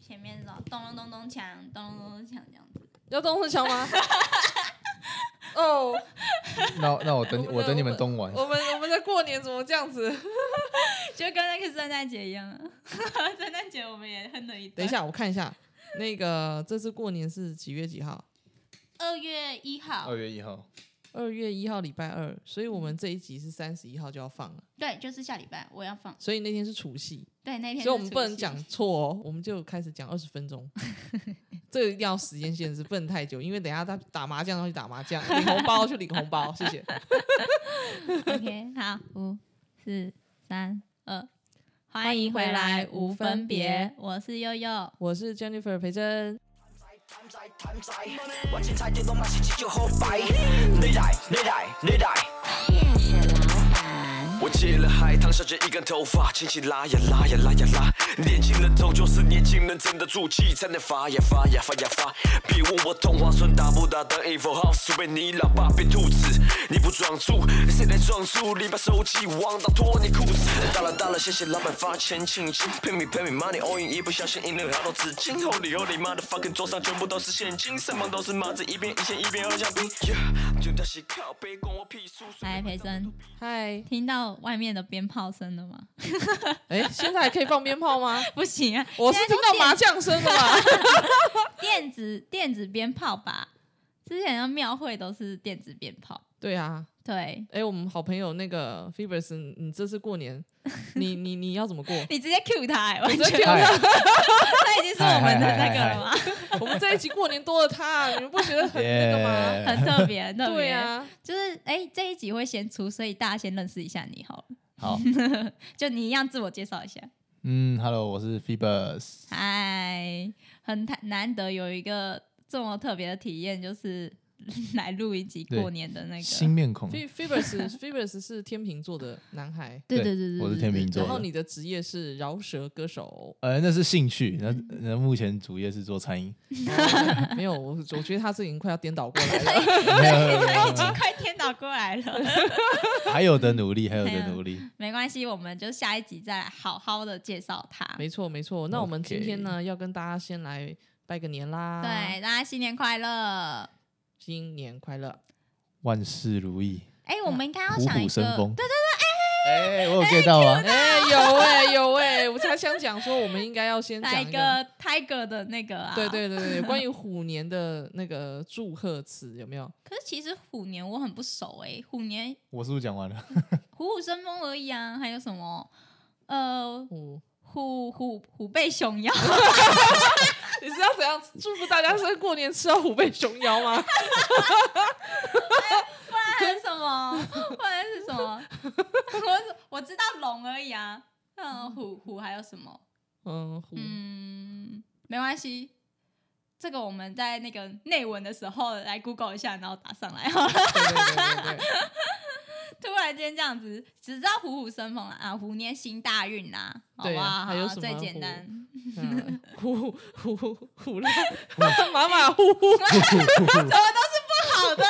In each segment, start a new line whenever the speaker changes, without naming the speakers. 前面这种咚咚咚咚锵，咚咚咚咚锵这样子。
要动动枪 吗？哦，
那那我等你
我们
我等你们
我
东完，
我们我们在过年怎么这样子？
就跟那个圣诞节一样啊， 圣诞节我们也哼了一段。
等一，下，我看一下，那个这次过年是几月几号？
二月一号
二，月一号，
二月一号礼拜二，所以我们这一集是三十一号就要放了，
对，就是下礼拜我要放，
所以那天是除夕，
对，那天
所以我
是
们
除
不能
夕
讲错哦，我们就开始讲二十分 钟，这个一定要时间限制，不能太久，因为等一下他打麻将要去打麻 将，领红包去领红包，谢谢。
OK，好，五、四、三、二，欢迎回来，无分别，我是悠悠。
我是 Jennifer 培珍，
我凊彩啲拢嘛是一招好牌，你来，你来，你来。我戒了海棠，小姐一根头发，轻轻拉呀拉呀拉呀拉。年轻人终究是年轻人，沉得住气才能发呀发呀发呀发。别问我同花顺打不打，当 a v i l house，除非你老爸变兔子。你不装猪，谁来装猪？你把手机忘到脱你裤子。大了大了，谢谢老板发钱请进，pay me pay me money all in，一不小心赢了好多纸巾。Holy holy motherfucking，桌上全部都是现金，身旁都是麻子，一边一线一边二橡皮。Yeah，就当是靠背，关我屁事。
来，培生，
嗨，
听到外面的鞭炮声了 吗？
哎，现在还可以放鞭炮吗？
不行啊，
我 是
现在
听
都
到麻将声了吧？
电电子电子鞭炮吧？之前的庙会都是电子鞭炮，
对啊，
对
哎，我们好朋友那个 Fibers，你这次过年，你你你要怎么 过？
你直接 Q 他、欸，完全
直接 cue
嗨，
他已经是我们的那
嗨嗨
个
嗨
了吗？
我们在一起过年多了他，你们不觉得很那个吗？
耶
很特别，很特别。
对啊，
就是哎、这一集会先出，所以大家先认识一下你好了。
好，
就你一样自我介绍一下。
嗯，Hello，我是 Phoebus，
嗨，很难难得有一个这么特别的体验，就是来录一集
对
过年的那
新
个。
面孔，
Phi- Phoebus Phoebus 是天秤座的男孩，
对
对
对对，
我是
对
天
对
秤座
然后
的。
你的职业是饶舌 歌手哦
呃，那是兴趣，那那目前主业是做餐饮，
没有，我我觉得他是已经快要颠倒过来了。
没有没有没
对
有
已经快颠倒过来了，
还有的努力，还有
还有
的努力，
没关系，我们就下一集再来好好的介绍他。
没错，没错。那我们今天呢，要跟大家先来拜个年啦。
对，，大家新年快乐！
新年快乐！
万事如意，
哎，我们应该要
虎
想一
虎生
个
风，，对对对，哎，我有 get 到吗？
哎，有哎，有哎，我才想讲说，我们应该要先
来
讲
一
一个。
个 Tiger 的那个啊。
对。对对对， 关于虎年的那个祝贺词有没有？
可是其实虎年我很不熟哎，虎年
我是不是讲完了？
虎虎生风而已啊，还有什么？呃，
虎，
虎虎虎背熊腰。 啊
你是要怎样祝福大家是过年吃到虎背熊 腰吗？
不然什么？不然是什么？ 我我知道龙而已啊。嗯，虎虎还有什么？
嗯，虎
嗯，没关系。这个我们在那个内文的时候来 Google 一下，然后打上来。
对对对对对，
突然间这样子，只知道虎虎生风啦，啊，虎年行大运啦，好不
对
好？
啊还有什么
最简单？
嗯虎虎虎虎了，
嗯
马马虎虎，
好的，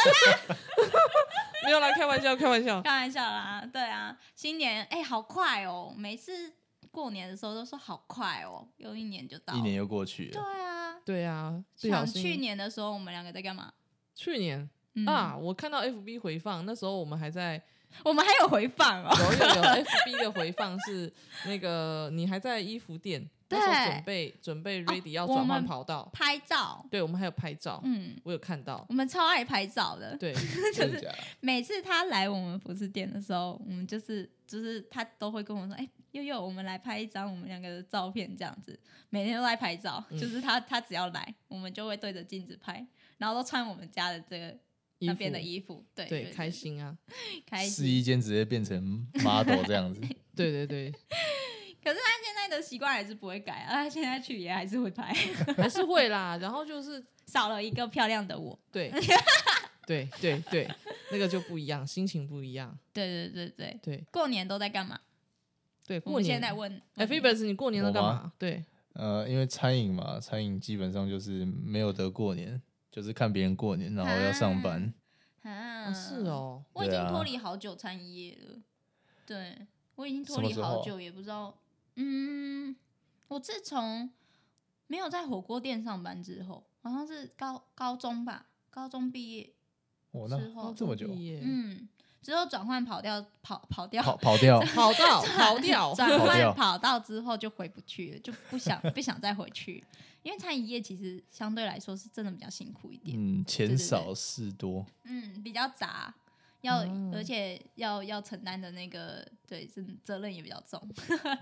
没有啦，开玩笑，开玩笑。
开玩笑啦，对啊，新年哎、好快哦！每次过年的时候都说好快哦，又一年就到了。
一年又过去
对
了，
啊，
对啊，最好
想
是
去年的时候我们两个在干嘛？
去年
嗯
啊，，我看到 FB 回放，那时候我们还在
我们还有回放哦。
有有有 FB 的回放是那个你还在衣服店，那时候
对
准备准备
哦
ready 要
我
转换
们
跑道，
拍照，
对我们还有拍照，
嗯，
我有看到，
我们超爱拍照的。
对，
真的假的？
每次他来我们服饰店的时候，我们就是就是他都会跟我说：“哎、悠悠，我们来拍一张我们两个的照片。”这样子，每天都在拍照，
嗯
就是他他只要来，我们就会对着镜子拍，然后都穿我们家的这个
衣
那
服
边的衣服，对
对，开心啊，
开
试
心。
衣间直接变成 model 这样子，
对对对，
可是他现在的习惯还是不会改啊，他现在去也还是会拍，
还是会啦。然后就是
少了一个漂亮的我。
对对对对，那个就不一样，心情不一样，
对对对对，
对。
过年都在干嘛？
对，
我
过
们
年
现在问
哎，Fibers，你过年都
我
干
吗
嘛？对，
呃，因为餐饮嘛，餐饮基本上就是没有得过年，就是看别人过年，然后要上班。
啊
啊是，哦，
我已
对
经
啊
脱离好久餐饮业了，对我已经脱
什么啊
离
时
好
候
久，也不知道，嗯，我自从没有在火锅店上班之后，好像是高高中吧，高中毕业，
我那
之后
这么久，
毕业
嗯，之后转换跑掉，跑跑掉，
跑跑掉
跑道 跑掉，
转
跑
换
掉
跑道之后就回不去了，就不想 不想再回去，因为餐饮业其实相对来说是真的比较辛苦一点，对
嗯，
对
钱少 事多，
嗯，比较杂，要、
嗯
而且要要承担的那个对是责任也比较重，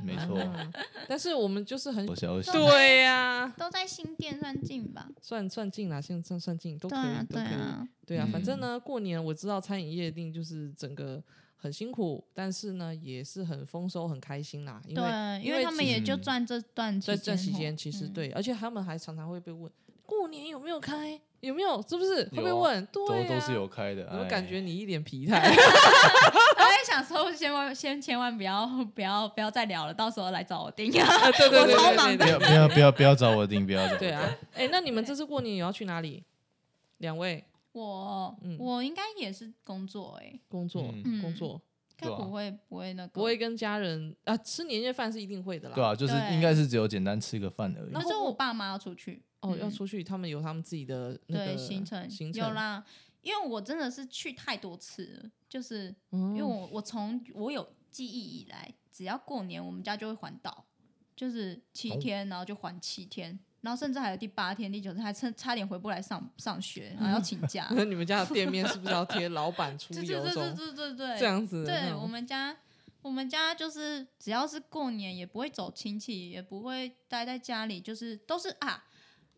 没错，
嗯但是我们就是很
我消息
对呀、
都在新店算近吧，
算算进啦，现在算算进都可
对
以，
啊
都
对
可以。
啊，
对啊，反正
嗯
呢，过年我知道餐饮业一定就是整个很辛苦，但是呢也是很丰收、很开心啦，因为
对，啊
因
因
为
为他们
其
也就
实
赚这段
在
期
这期
吼
间其实
嗯
对，而且他们还常常会被问过年有没有开，有没有是不是会被
有啊
问？
都
对、啊，
都是有。开的，
怎么
哎
感觉你一 脸疲态？
我也哎想说，千万先千万不要不要不要再聊了，到时候来找我 订。
对对对
我超
对
忙
对
不
对
要不要不要不要找我订，不要找我
对
订，
啊！哎，那你们这次过年有要去哪里？两位
我、
嗯
我应该也是工作哎、
工作
嗯
工作
该
对啊
不会、不会那个，
不会跟家人啊吃年夜饭是一定会的啦。
对啊，就是
对
应该是只有简单吃个饭而已
那，
可是我爸妈要出去
哦，
嗯
要出去，他们有他们自己的那
对
个
行程
行程
有，啦，因为我真的是去太多次了，就是、
因
因为我我从我有记忆以来，只要过年我们家就会环岛，就是七
哦
天，然后就环七天。然后甚至还有第八天、第九天，还差差点回不来上上 学，然后要请假。
那你们家的店面是不是要贴老板出
对对
游
对对
中
对对对，
这样子的那
对我
种？
们家，我们家就是只要是过年，也不会走亲戚，也不会待在家里，就是都是啊，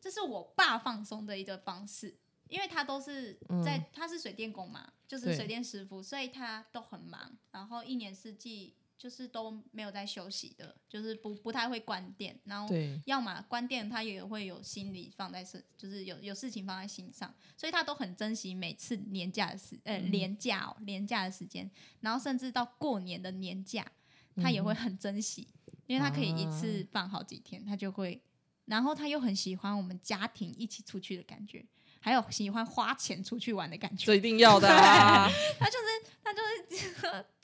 这是我爸放松的一个方式，因为他都是在、
嗯
他是水电工嘛，就是
对
水电师傅，所以他都很忙，然后一年四季就是都没有在休息的，就是不不太会关店，然后
对，
要么关店，他也会有心理放在身，就是有有事情放在心上，所以他都很珍惜每次年假的时，呃，年假哦，年假的时间，然后甚至到过年的年假，他也会很珍惜，因为他可以一次放好几天，他就会，然后他又很喜欢我们家庭一起出去的感觉，还有喜欢花钱出去玩的感
这
觉
一，定要 的啊！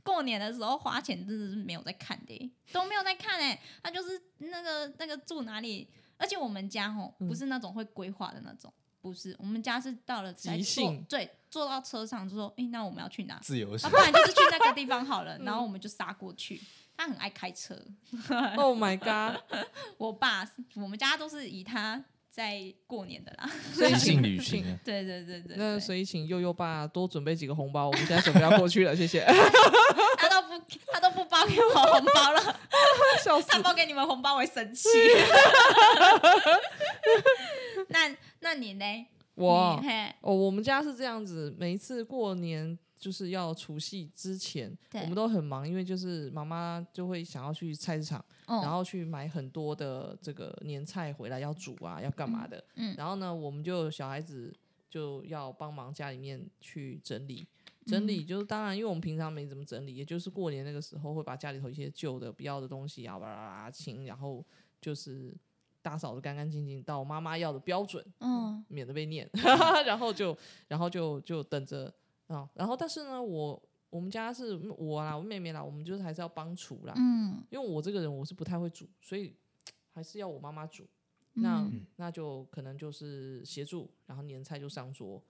过年的时候花钱真的是没有在看的耶、欸都没有在看哎、他就是那个那个住哪里，而且我们家吼
嗯
不是那种会规划的那种，不是，我们家是到了才
即
坐
兴
对，坐到车上就说，哎、那我们要去哪？
自由
啊，
行
不，然就是去那个地方好
嗯
了，然后我们就杀过去。他很爱开车，
Oh my god！
我爸我们家都是以他在过年的啦，
所以
即
请
兴旅行
请
啊，
对对对对
那
对
所以请佑佑爸多准备几个红包，我们现在准备要过去了，谢 谢。
他都不他都不包给我红包了，
笑死
他！包给你们红包我会生气。那那你呢？
我
你嘿
哦，我们家是这样子，每一次过年就是要除夕之前，
对
我们都很忙，因为就是妈妈就会想要去菜市场，然
哦，
后去买很多的这个年菜回来要煮啊，要干嘛的。
嗯嗯
然后呢，我们就小孩子就要帮忙家里面去整理。
嗯
整理就是当然，因为我们平常没怎么整理，也就是过年那个时候会把家里头一些旧的、不要的东西啊，巴拉巴拉清，然后就是打扫的干干净净，到妈妈要的标准。
嗯，
免得被念， 然后就然后就就等着啊，然后但是呢，我我们家是嗯我啦，我妹妹啦，我们就是还是要帮厨啦，
嗯，
因为我这个人我是不太会煮，所以还是要我妈妈煮，那、
嗯
那就可能就是协助，然后年菜就上桌，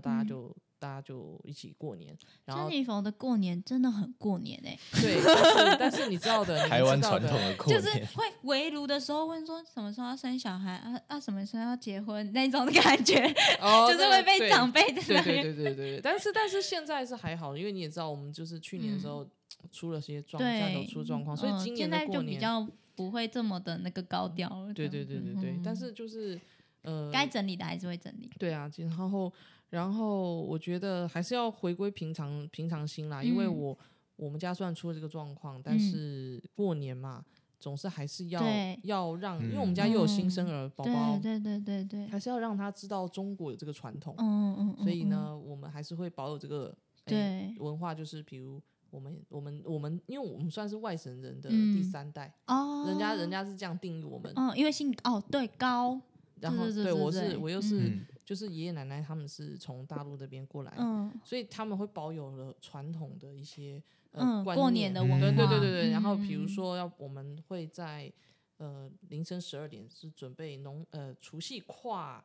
嗯
大家就、大家就一起过年，然后
珍妮佛的过年真的很过年哎、
对，但是但是你知道的，你们
台湾
知道
传
的
统的过
就是
年，
会围炉的时候问说什么时候要生小孩啊啊什么时候要结婚那种感觉，
哦，
就是
那
会
个
被
对
长辈的
对
那
对
边
对对对对，但是但是现在是还好，因为你也知道，我们就是去年的时候出了些状，家里头
对
出状况，所以
嗯
今年
现
的
在就
过
比
年，
较不会这么的那个高调了。
对对对对
嗯
对，但是就是呃，
该整理的还是会整理。
对啊，然后然后我觉得还是要回归平常平常心啦，因为
嗯
我我们家虽然出了这个状况，但
嗯
是过年嘛，总是还是要
对嗯
要让，因为我们家又有新生儿宝宝，
对对对对对，
还是要让他知道中国有这个传统，
嗯嗯，嗯
所以，呢，我们还是会保有这个哎
对
文化，就是比如我们我们我们，因为我们算是外省人的
嗯
第三代，
哦，
人家人家是这样定义我们，
哦，因为姓哦对高，
然后
对对对
我
对
是
对
我又
嗯
是、
嗯，
就是爷爷奶奶他们是从大陆那边过来，
嗯
所以他们会保有了传统的一些呃、
嗯，
观
过年
念
的文化，
对对对对对，然后比如
嗯，
说要我们会在呃凌晨十二点是准备农呃除夕跨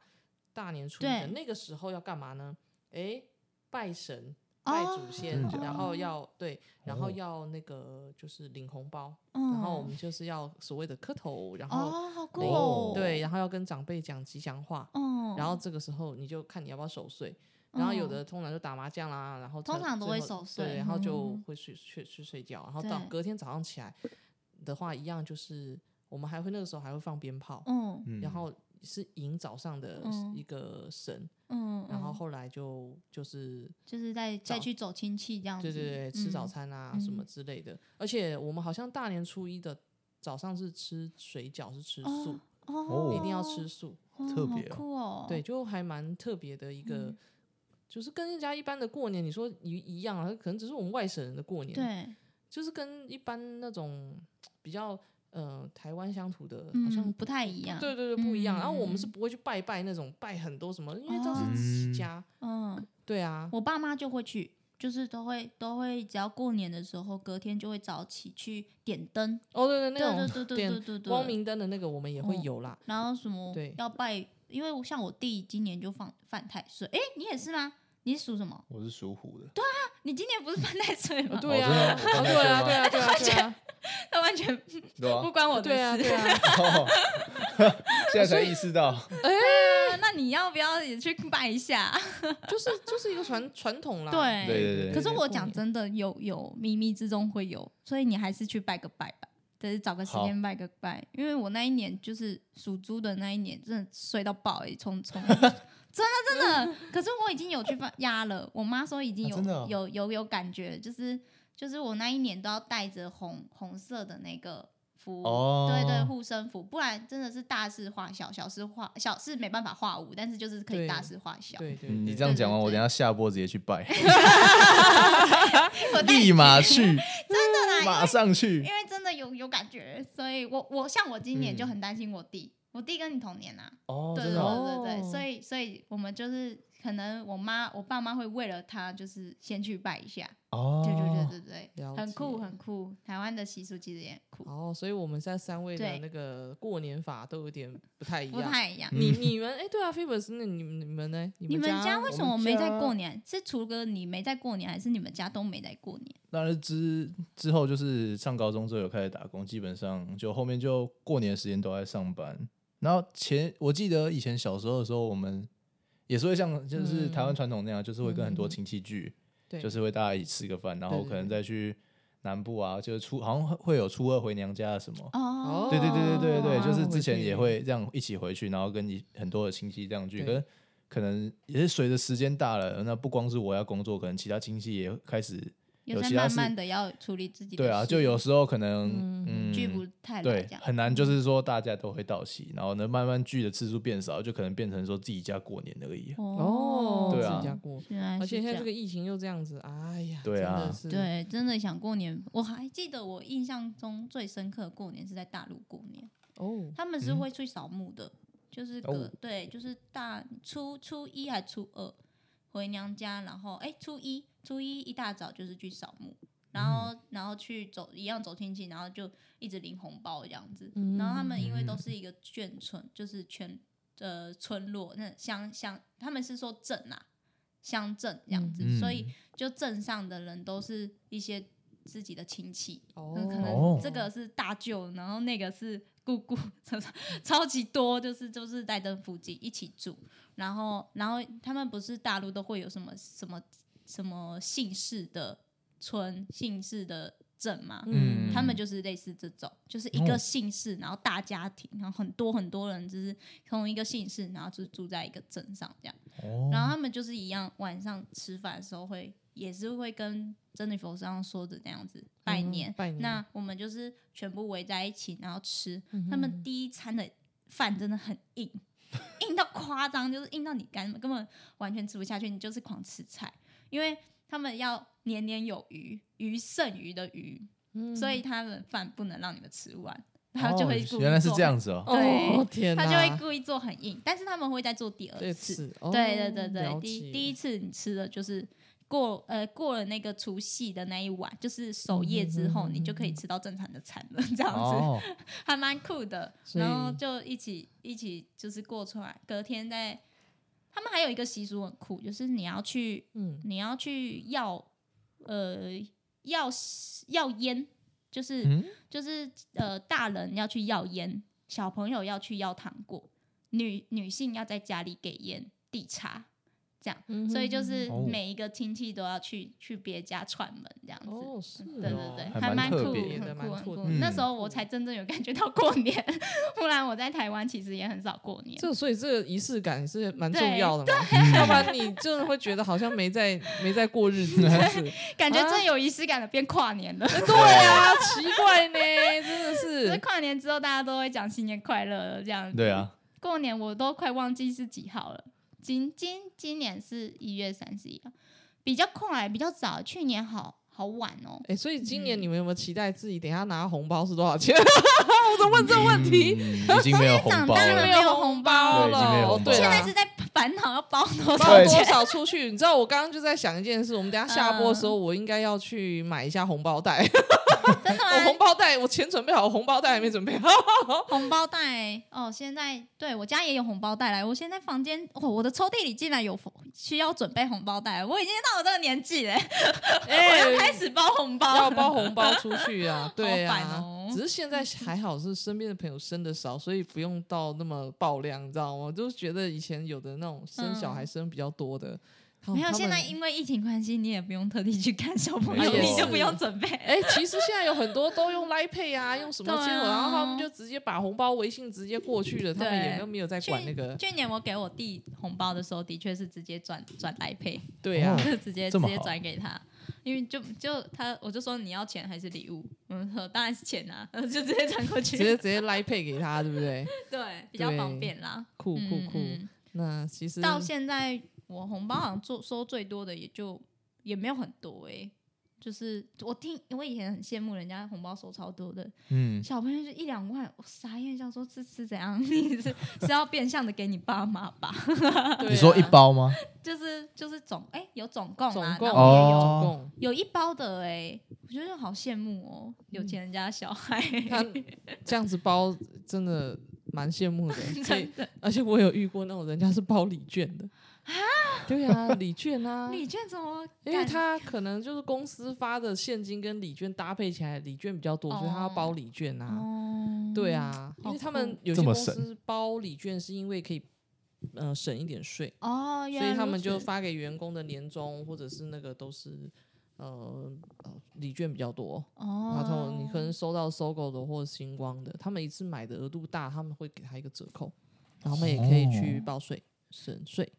大年初一的
对
那个时候要干嘛呢？哎，拜神。
哦
拜祖先
真的假，的
然后要对，然后
哦
要那个就是领红包，
嗯，
然后我们就是要所谓的磕头，然后
哦，好酷
领
哦，
对，，然后要跟长辈讲吉祥话，
哦，
然后这个时候你就看你要不要守岁，然后有
嗯
的通常就打麻将啦，然后
通
才
常都会
最后
守
对，
岁
然后就
嗯
会去去去睡觉，然后到
对
隔天早上起来的话，一样就是我们还会那个时候还会放鞭炮，
嗯
嗯
然后是迎早上的
嗯
一个神，
嗯，
然后
嗯
后来就就是
就是再再
早
去走亲戚这样子，
对对对，吃早
嗯，
餐啊什么
嗯
之类的，而且我们好像大年初一的早上是吃水饺，是吃素，
哦，
一定要吃素。
哦，
特
好
别哦
酷哦，
对，，就还蛮特别的一个，
嗯
就是跟人家一般的过年，你说一一样啊，可能只是我们外省人的过年，，
对，
就是跟一般那种比较呃台湾乡土的，好像
嗯，不太一样，
对对对不一样。然后我们是
嗯
不会去拜拜那种拜很多什么，因为都
哦
是
嗯
起家，
嗯，
对啊，
我爸妈就会去。就是都会都会，只要过年的时候，隔天就会早起去点灯，
哦对对，
对对
那种
对对
点
对对对，
光明灯的那个我们也会
哦
有啦，
然后什么
对
要拜，因为我像我弟今年就犯犯太岁，哎，你也是吗？你属什么？
我是属虎的，
你今年不是犯太岁吗？
对啊，
真的
啊
吗我
对
哦真的
啊，
是
对啊，对啊，对啊，
他完全
对吧
不？关我的
对啊，
事。
对啊，
哦 现在才意 识到，
啊那你要不要也去拜一下？啊
就是就是一个传传统啦，
对
对对对嗯
可是我
过
讲
年
真的，有有冥冥之中会有，所以你还是去拜个拜吧，就是找个时
好
间拜个拜。因为我那一年就是属猪的那一年，真的睡到爆哎、欸，从 从真的真的。可是我已经有去放压了，我妈说已经
啊
有、
真的哦
有有有感觉，就是就是我那一年都要带着红红色的那个。服，
哦
对对，护身符，不然真的是大事化小，小事化小事没办法化无，但是就是可以
对
大事化小。
对对，
嗯你
对
这样讲完，
对对
我等一下下播直接 去拜，
我带你
立马去，
真的啦，
马上去
因，为真的有有感觉，所以我我像我今年就
嗯
很担心我弟，我弟跟你同年啊，
哦，
对
真
对
的哦，
对对，
哦
所以所以我们就是可能我妈我爸妈会为了他就是先去拜一下，
哦
对对对对对，
了
很酷
解
很酷，台湾的习俗其实也很酷，
哦，所以我们现在三位的
对
那个过年法都有点不太一
不
样。
太一样。
你你们哎，对啊 f i b e r 是那你们你们呢？你
你们
家
为什么没在过
年？
年？是除了你没在过年，还是你们家都没在过年？
那之之后就是上高中之后有开始打工，基本上就后面就过年的时间都在上班。然后前我记得以前小时候的时候，我们也是会像就是
嗯
台湾传统那样，就是会跟很多
嗯
亲戚聚，
对，
就是会大家一起吃个饭，然后
对对
可能再去南部啊，就是初好像会有初二回娘家什么。
哦，
对对对对对对，
哦
就是
回
之前
去
也会这样一起回去，然后跟你很多的亲戚这样聚，
对
可是可能也是随着时间大了，那不光是我要工作，可能其他亲戚也开始
有
有
在
其他
慢
事
慢的要处理自己的
对啊，
事
就有时候可能嗯，
聚不太来
对
这样，，嗯
很难就是说大家都会到齐，然后呢慢慢聚的次数变少，就可能变成说自己家过年而已啊。
哦，
对
自
啊
己家过。
原来
而
是
且现在
样
这个疫情又这样子，哎呀，
对啊
真的是，
对，真的想过年。我还记得我印象中最深刻的过年是在大陆过年，
哦，
他们是会去扫墓的，就是隔、
嗯哦
对，就是大初初一还初二回娘家，然后哎初一初一一大早就是去扫墓。然
嗯
后，然后去走一样走亲戚，然后就一直领红包这样子。
嗯
然后他们因为都是一个眷村，就是全呃村落那乡乡，他们是说镇啊，乡镇这样子，
嗯
所以就镇上的人都是一些自己的亲戚，
哦
那嗯可
哦
能这个是大舅，然后那个是姑姑， 超超级多，就是就是在这附近一起住，然后然后他们不是大陆都会有什么什么什么姓氏的村、姓氏的镇吗？
嗯
他们就是类似这种，就是一
哦
个姓氏，然后大家庭，然后很多很多人就是同一个姓氏，然后就住在一个镇上这样。
哦
然后他们就是一样，晚上吃饭的时候会也是会跟珍妮佛上说的那样子拜年。
拜年
那我们就是全部围在一起，然后吃。他们第一餐的饭真的很硬， 硬到夸张，就是硬到你根本根本完全吃不下去，你就是狂吃菜，因为他们要年年有余，余剩余的余，所以他们饭不能让你们吃完，他就会故意
原来是
做
这样子哦，
对
哦 天
他
哪，
就会故意做很硬，但是他们会再做第二
这
次。
次，哦
对对对
了
对，第
解
第一次你吃的就是过呃过了那个除夕的那一晚，就是守
嗯
夜之后，你就可以吃到正常的餐了，这样子、
哦，
还蛮酷的。
所以
然后就一起一起就是过出来，隔天再。他们还有一个习俗很酷，就是你要去
嗯，
你要去要呃要要烟，就是、
嗯
就是呃大人要去要烟，小朋友要去要糖果，女女性要在家里给烟递茶，这样，
嗯哼
所以就是
哦
每一个亲戚都要去去别家串门这样子。
哦，是哦，
对对对，
还
还
蛮
蛮
特
酷，
别
的
很
蛮
酷，很
酷
酷。
的
那
嗯
时候我才真正有感觉到过年，不然我在台湾其实也很少过年。
这所以这个仪式感是蛮重
对
要的嘛，要不然你真的会觉得好像没在没在过日子，是不是
感觉
啊
真有仪式感的，变跨年了。
对啊，奇怪呢，真的
只是
是，
跨年之后，大家都会讲新年快乐了这样子。
对 啊，
过年我都快忘记是几号了。今今今年是一月三十一号，比较快，比较早。去年好好晚哦。
哎，所以今年你们有没有期待自己等一下拿红包是多少钱？ 我怎么问这种问题？
嗯已经没有红
长
包
大了
了
没，有红包
嗯对已经啊没有
了，
红包
哦对
现
啦
在是在烦恼要包多
包
少
对
多
钱？
少出去？你知道我刚刚就在想一件事，我们等一下下播的时候，我应该要去买一下红包袋。
真的
我红
吗？
包袋，我钱准备好，我红包袋还没准备好。
红包袋哦，现在对我家也有红包袋来。我现在房间哦，我的抽屉里竟然有需要准备红包袋了。我已经到了这个年纪 了，
哎
我要开始包红包了，
要包红包出去啊，对
好
啊。
烦哦
只是现在还好是身边的朋友生的少，所以不用到那么爆量，你知道吗？就是觉得以前有的那种生小孩生比较多的，他
嗯没有，
他们
现在因为疫情关系，你也不用特地去看小 朋
啊
没
友，
错
你就不用准备。
哎、其实现在有很多都用 Line Pay 啊，用什么
对啊
结果，然后他们就直接把红包微信直接过去了，他们
对
也没有在管那个，
去年我给我弟红包的时候，的确是直接转转来配，
对啊
哦，
就直接
这
直
么
接
好
转给他，因为就就他我就说你要钱还是礼物，嗯，说当然是钱啊， 就直接转过
直接
去，
直接 Line Pay 给他，对不对？
对，比较
对
方便啦。
酷酷
嗯
酷！
嗯
那其实
嗯到现在我红包好像做收最多的也就也没有很多哎、就是我听我以前很羡慕人家红包收超多的，
嗯，
小朋友就一两万，我傻眼，想说这是怎样？ 你是是要变相的给你爸妈吧？
对啊
你说一包吗？
就是就是总哎、有总共
总
啊，
共
然后也有、
哦
总
有一包的哎、我觉得好羡慕哦，有钱人家的小孩。
共，嗯他这样子包真的蛮羡慕的，所以
真的，
而且我有遇过那种人家是包礼券的啊，对啊，礼券啊，
李娟怎么敢？
因为他可能就是公司发的现金跟礼券搭配起来，礼券比较多，所以他要包礼券啊。
哦，
对，啊，因
好
为他
酷
们有
这
些
么
公
省
司包礼券是因为可以，呃，省一点税，
哦，
所
原来
以他们就
如此
发给员工的年终或者是那个都是，呃，呃礼券比较多。然
哦，
后你可能收到搜狗的或者星光的，他们一次买的额度大，他们会给他一个折扣，然后他们也可以
哦
去报税。省 税，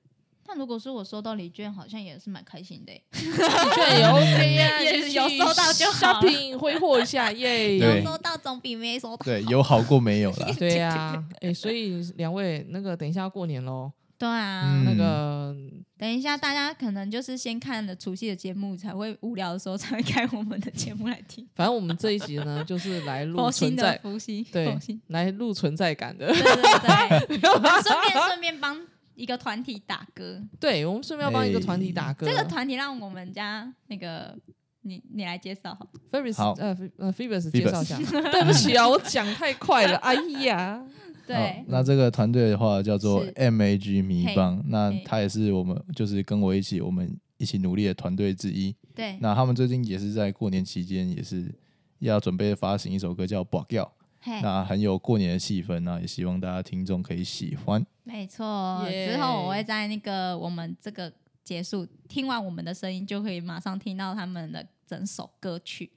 但如果是我收到礼券，好像也是蛮开心的欸。
的确也 OK 呀，
也
去
有收到啊就好
shopping 挥霍一下 耶。。
对
有收到总比没收到
对，
好
有好过没有 啦哦
对呀、哎、所以两位那个等一下要过年喽，
对啊，
嗯
那个
等一下，大家可能就是先看了除夕的节目，才会无聊的时候才会开我们的节目来听。
反正我们这一集呢，就是来录
佛
存
心的
在，
佛心，
对
佛心，
来录存在感的。
对 对对，顺便顺便帮一个团体打歌，
对，我们顺便要帮一个团体打歌。
啊
这个团体让我们家那个你你来介绍好了，
Phoebus，
好
呃，Phoe- 呃，Phoebus 介绍一下。 对不起啊，我讲太快了，哎呀，
好
对，，
那这个团队的话叫做
是
MAG 迷棒，那
嘿
他也是我们就是跟我一起我们一起努力的团队之一。
对，
那他们最近也是在过年期间也是要准备发行一首歌叫《保掉》，
嘿，
那很有过年的气氛那也希望大家听众可以喜欢。
没错。
耶
之后我会在那个我们这个结束，听完我们的声音，就可以马上听到他们的整首歌曲，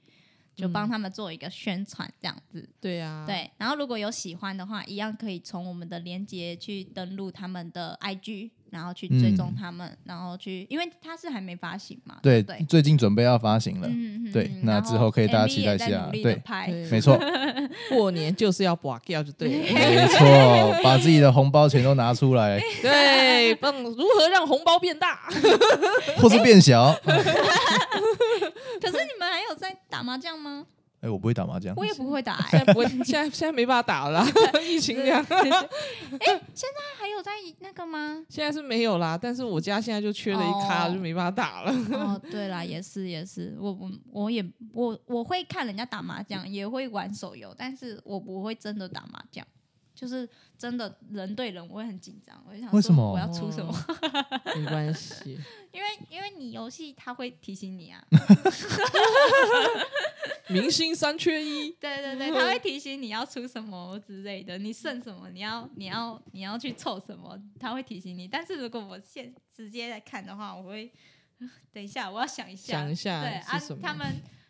就帮他们做一个宣传，这样子。
对
嗯
呀，，
对，然后如果有喜欢的话，一样可以从我们的链接去登录他们的 IG，然后去追踪
嗯
他们，然后去，因为他是还没发行嘛，
对，
对，
最近准备要发行了，
嗯嗯
对
嗯
那
然
之后可以大家
MV
期待
也在
一下
努力
对
地拍，
对
没错，
过年就是要把掉就对了。
没错，把自己的红包钱都拿出 来，
对，帮如何让红包变大？
或是变小。
可是你们还有在打麻将吗？
哎、我不会打麻将，
我也不会打、欸。
现在不会，现在现在没法打了啦，疫情这样，
那还有在那个吗？
现在是没有啦。但是我家现在就缺了一咖，
哦
就没法 打了。
哦，对啦，也是也是，我我我也我我会看人家打麻将，也会玩手游，但是我不会真的打麻将，就是真的人对人我会很紧张，我就想
为
说
什么
我要出什么？
哦没关系，
因为因为你游戏它会提醒你啊，
明星三缺一，
对对对，它会提醒你要出什么之类的，你剩什么，你要你要你要去凑什么，它会提醒你。但是如果我现直接来看的话，我会 等一下我要想一下，
想一下
对啊
是什，么
他们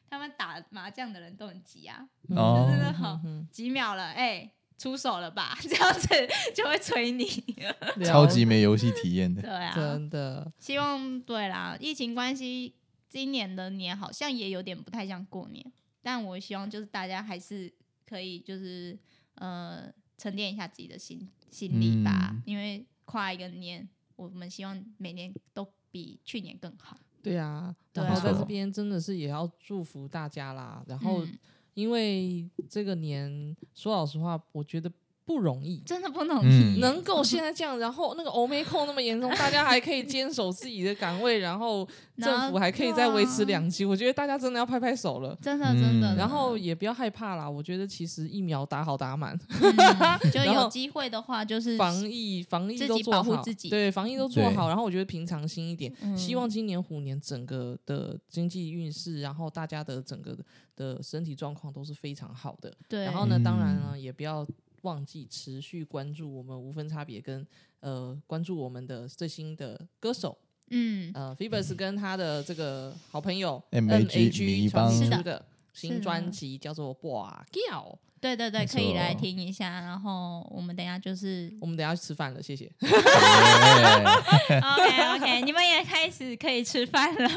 他们打麻将的人都很急啊。
嗯
哦
真的好 几秒了，哎、出手了吧？ 这样子就会催你。
嗯
超级没游戏体验的
对。啊，
真的，
希望对啦，疫情关系，今年的年好像也有点不太像过年，但我希望就是大家还是可以就是呃沉淀一下自己的心心理吧，
嗯
因为跨一个年，我们希望每年都比去年更好。
对啊。
对
然后
啊
在这边真的是也要祝福大家啦。然后
嗯
因为这个年，说老实话，我觉得不容易。
真的不容易，
嗯
能够现在这样，然后那个欧美控那么严重，大家还可以坚守自己的岗位，然后
然后
政府还可以再维持
啊
两期，我觉得大家真的要拍拍手了。
真的真的。
嗯
然后也不要害怕啦，我觉得其实疫苗打好打满，
嗯就
然后
有机会的话，就是
防疫防疫
自己
都做
保
好，
护自己
对，防疫都做
对
好。然后我觉得平常心一点，
嗯
希望今年虎年整个的经济运势，然后大家的整个的身体状况都是非常好的。
对，
然后呢，当然呢，
嗯
也不要忘记持续关注我们无分差别跟呃关注我们的最新的歌手
嗯，
呃 Phoebus 跟他的这个好朋友
MAG
MAG
迷
传
帮
出
是的
的
是
新
的
专辑叫做《哇叫》，
对对对，
没
可以来
错
听一下。然后我们等一下 就是
我们等一下去吃饭了，谢谢。
哎
OK OK，你们也开始可以吃饭了，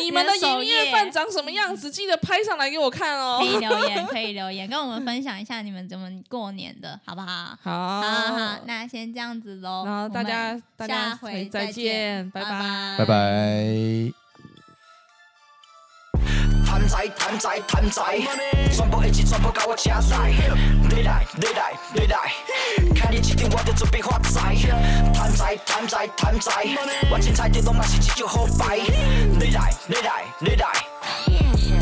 你们的
首
营业饭
页哎
长什么样子？记得拍上来给我看
可
哦。
以留言，可以留言，跟我们分享一下你们怎么过年的，好不好？好
好，
好好，那先这样子喽。
然后哦大
我
家
们
大
下
家
回
再见，拜
拜
拜。
拜拜。
譚仔譚仔譚仔，全部的錢全部甲我請來，你來你來你來，看你一天我就準備發財。譚仔譚仔譚仔，我凊彩你攏嘛是一種好牌，你來你來你來。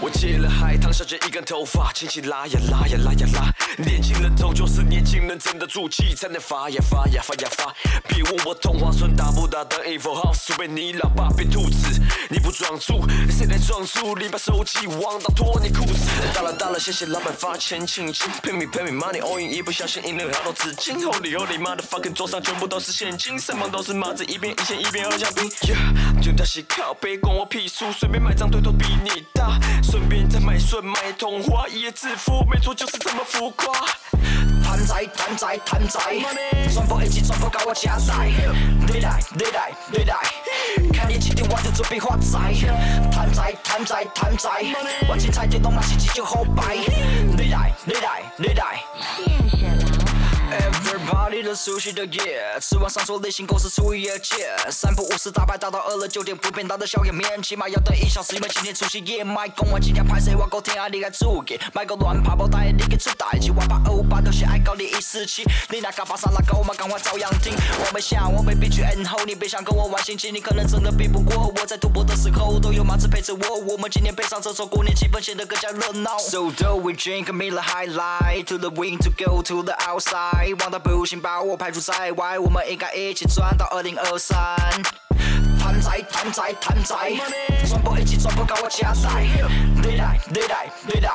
我戒了海棠，小姐一根头发，轻轻拉呀拉呀拉呀拉。年轻人终究是年轻人，沉得住气才能发呀发呀发呀发。别问我同花顺打不打得 evil house，除非你老爸变兔子。你不装猪，谁来装猪？你把手机忘到脱你裤子。打了打了，谢谢老板发钱请进，pay me pay me money all in，一不小心赢了好多纸巾。Holy holy motherfucking，桌上全部都是现金，什么都是麻子，一边一千一边二将拼。Yeah，就他是靠背，关我屁事，随便买张腿都比你大。顺便再买顺买同花，一夜致富，没错就是这么浮夸。谭仔谭仔谭仔，全部一起全部搞我加载，你来你来你来，看你一天我就准备发财。谭仔谭仔谭仔，我凊彩你拢嘛是一种好牌，你来你来你来。Everybody 的熟悉的夜，吃完上桌类型公司出一夜切，三不五时打牌打到饿了九点，不便当的宵夜面，起码要等一小时，因为今天除夕夜。麦讲我今天歹势，我够天啊，你该注意，麦讲乱拍，无带你去出代志，我把二五八就是爱搞你一四七，你那个巴萨拉狗嘛，赶快照样听。我没想，我没 BGM 后，你别想跟我玩心机，你可能真的比不过我，在赌博的时候都有麻子陪着我，我们今天配上这首过年气氛显得更加热闹。So do we drink a m i l l e high light to the wind to go to the outside，望到不行把我排除在外，我们应该一起赚到二零二三。谭仔谭仔谭仔，全部一起全部搞我加载，你来你来你来，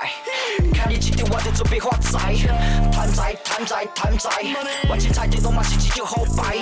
看你今天我就准备发财。谭仔谭仔谭仔，我凊彩你拢嘛是一种好牌，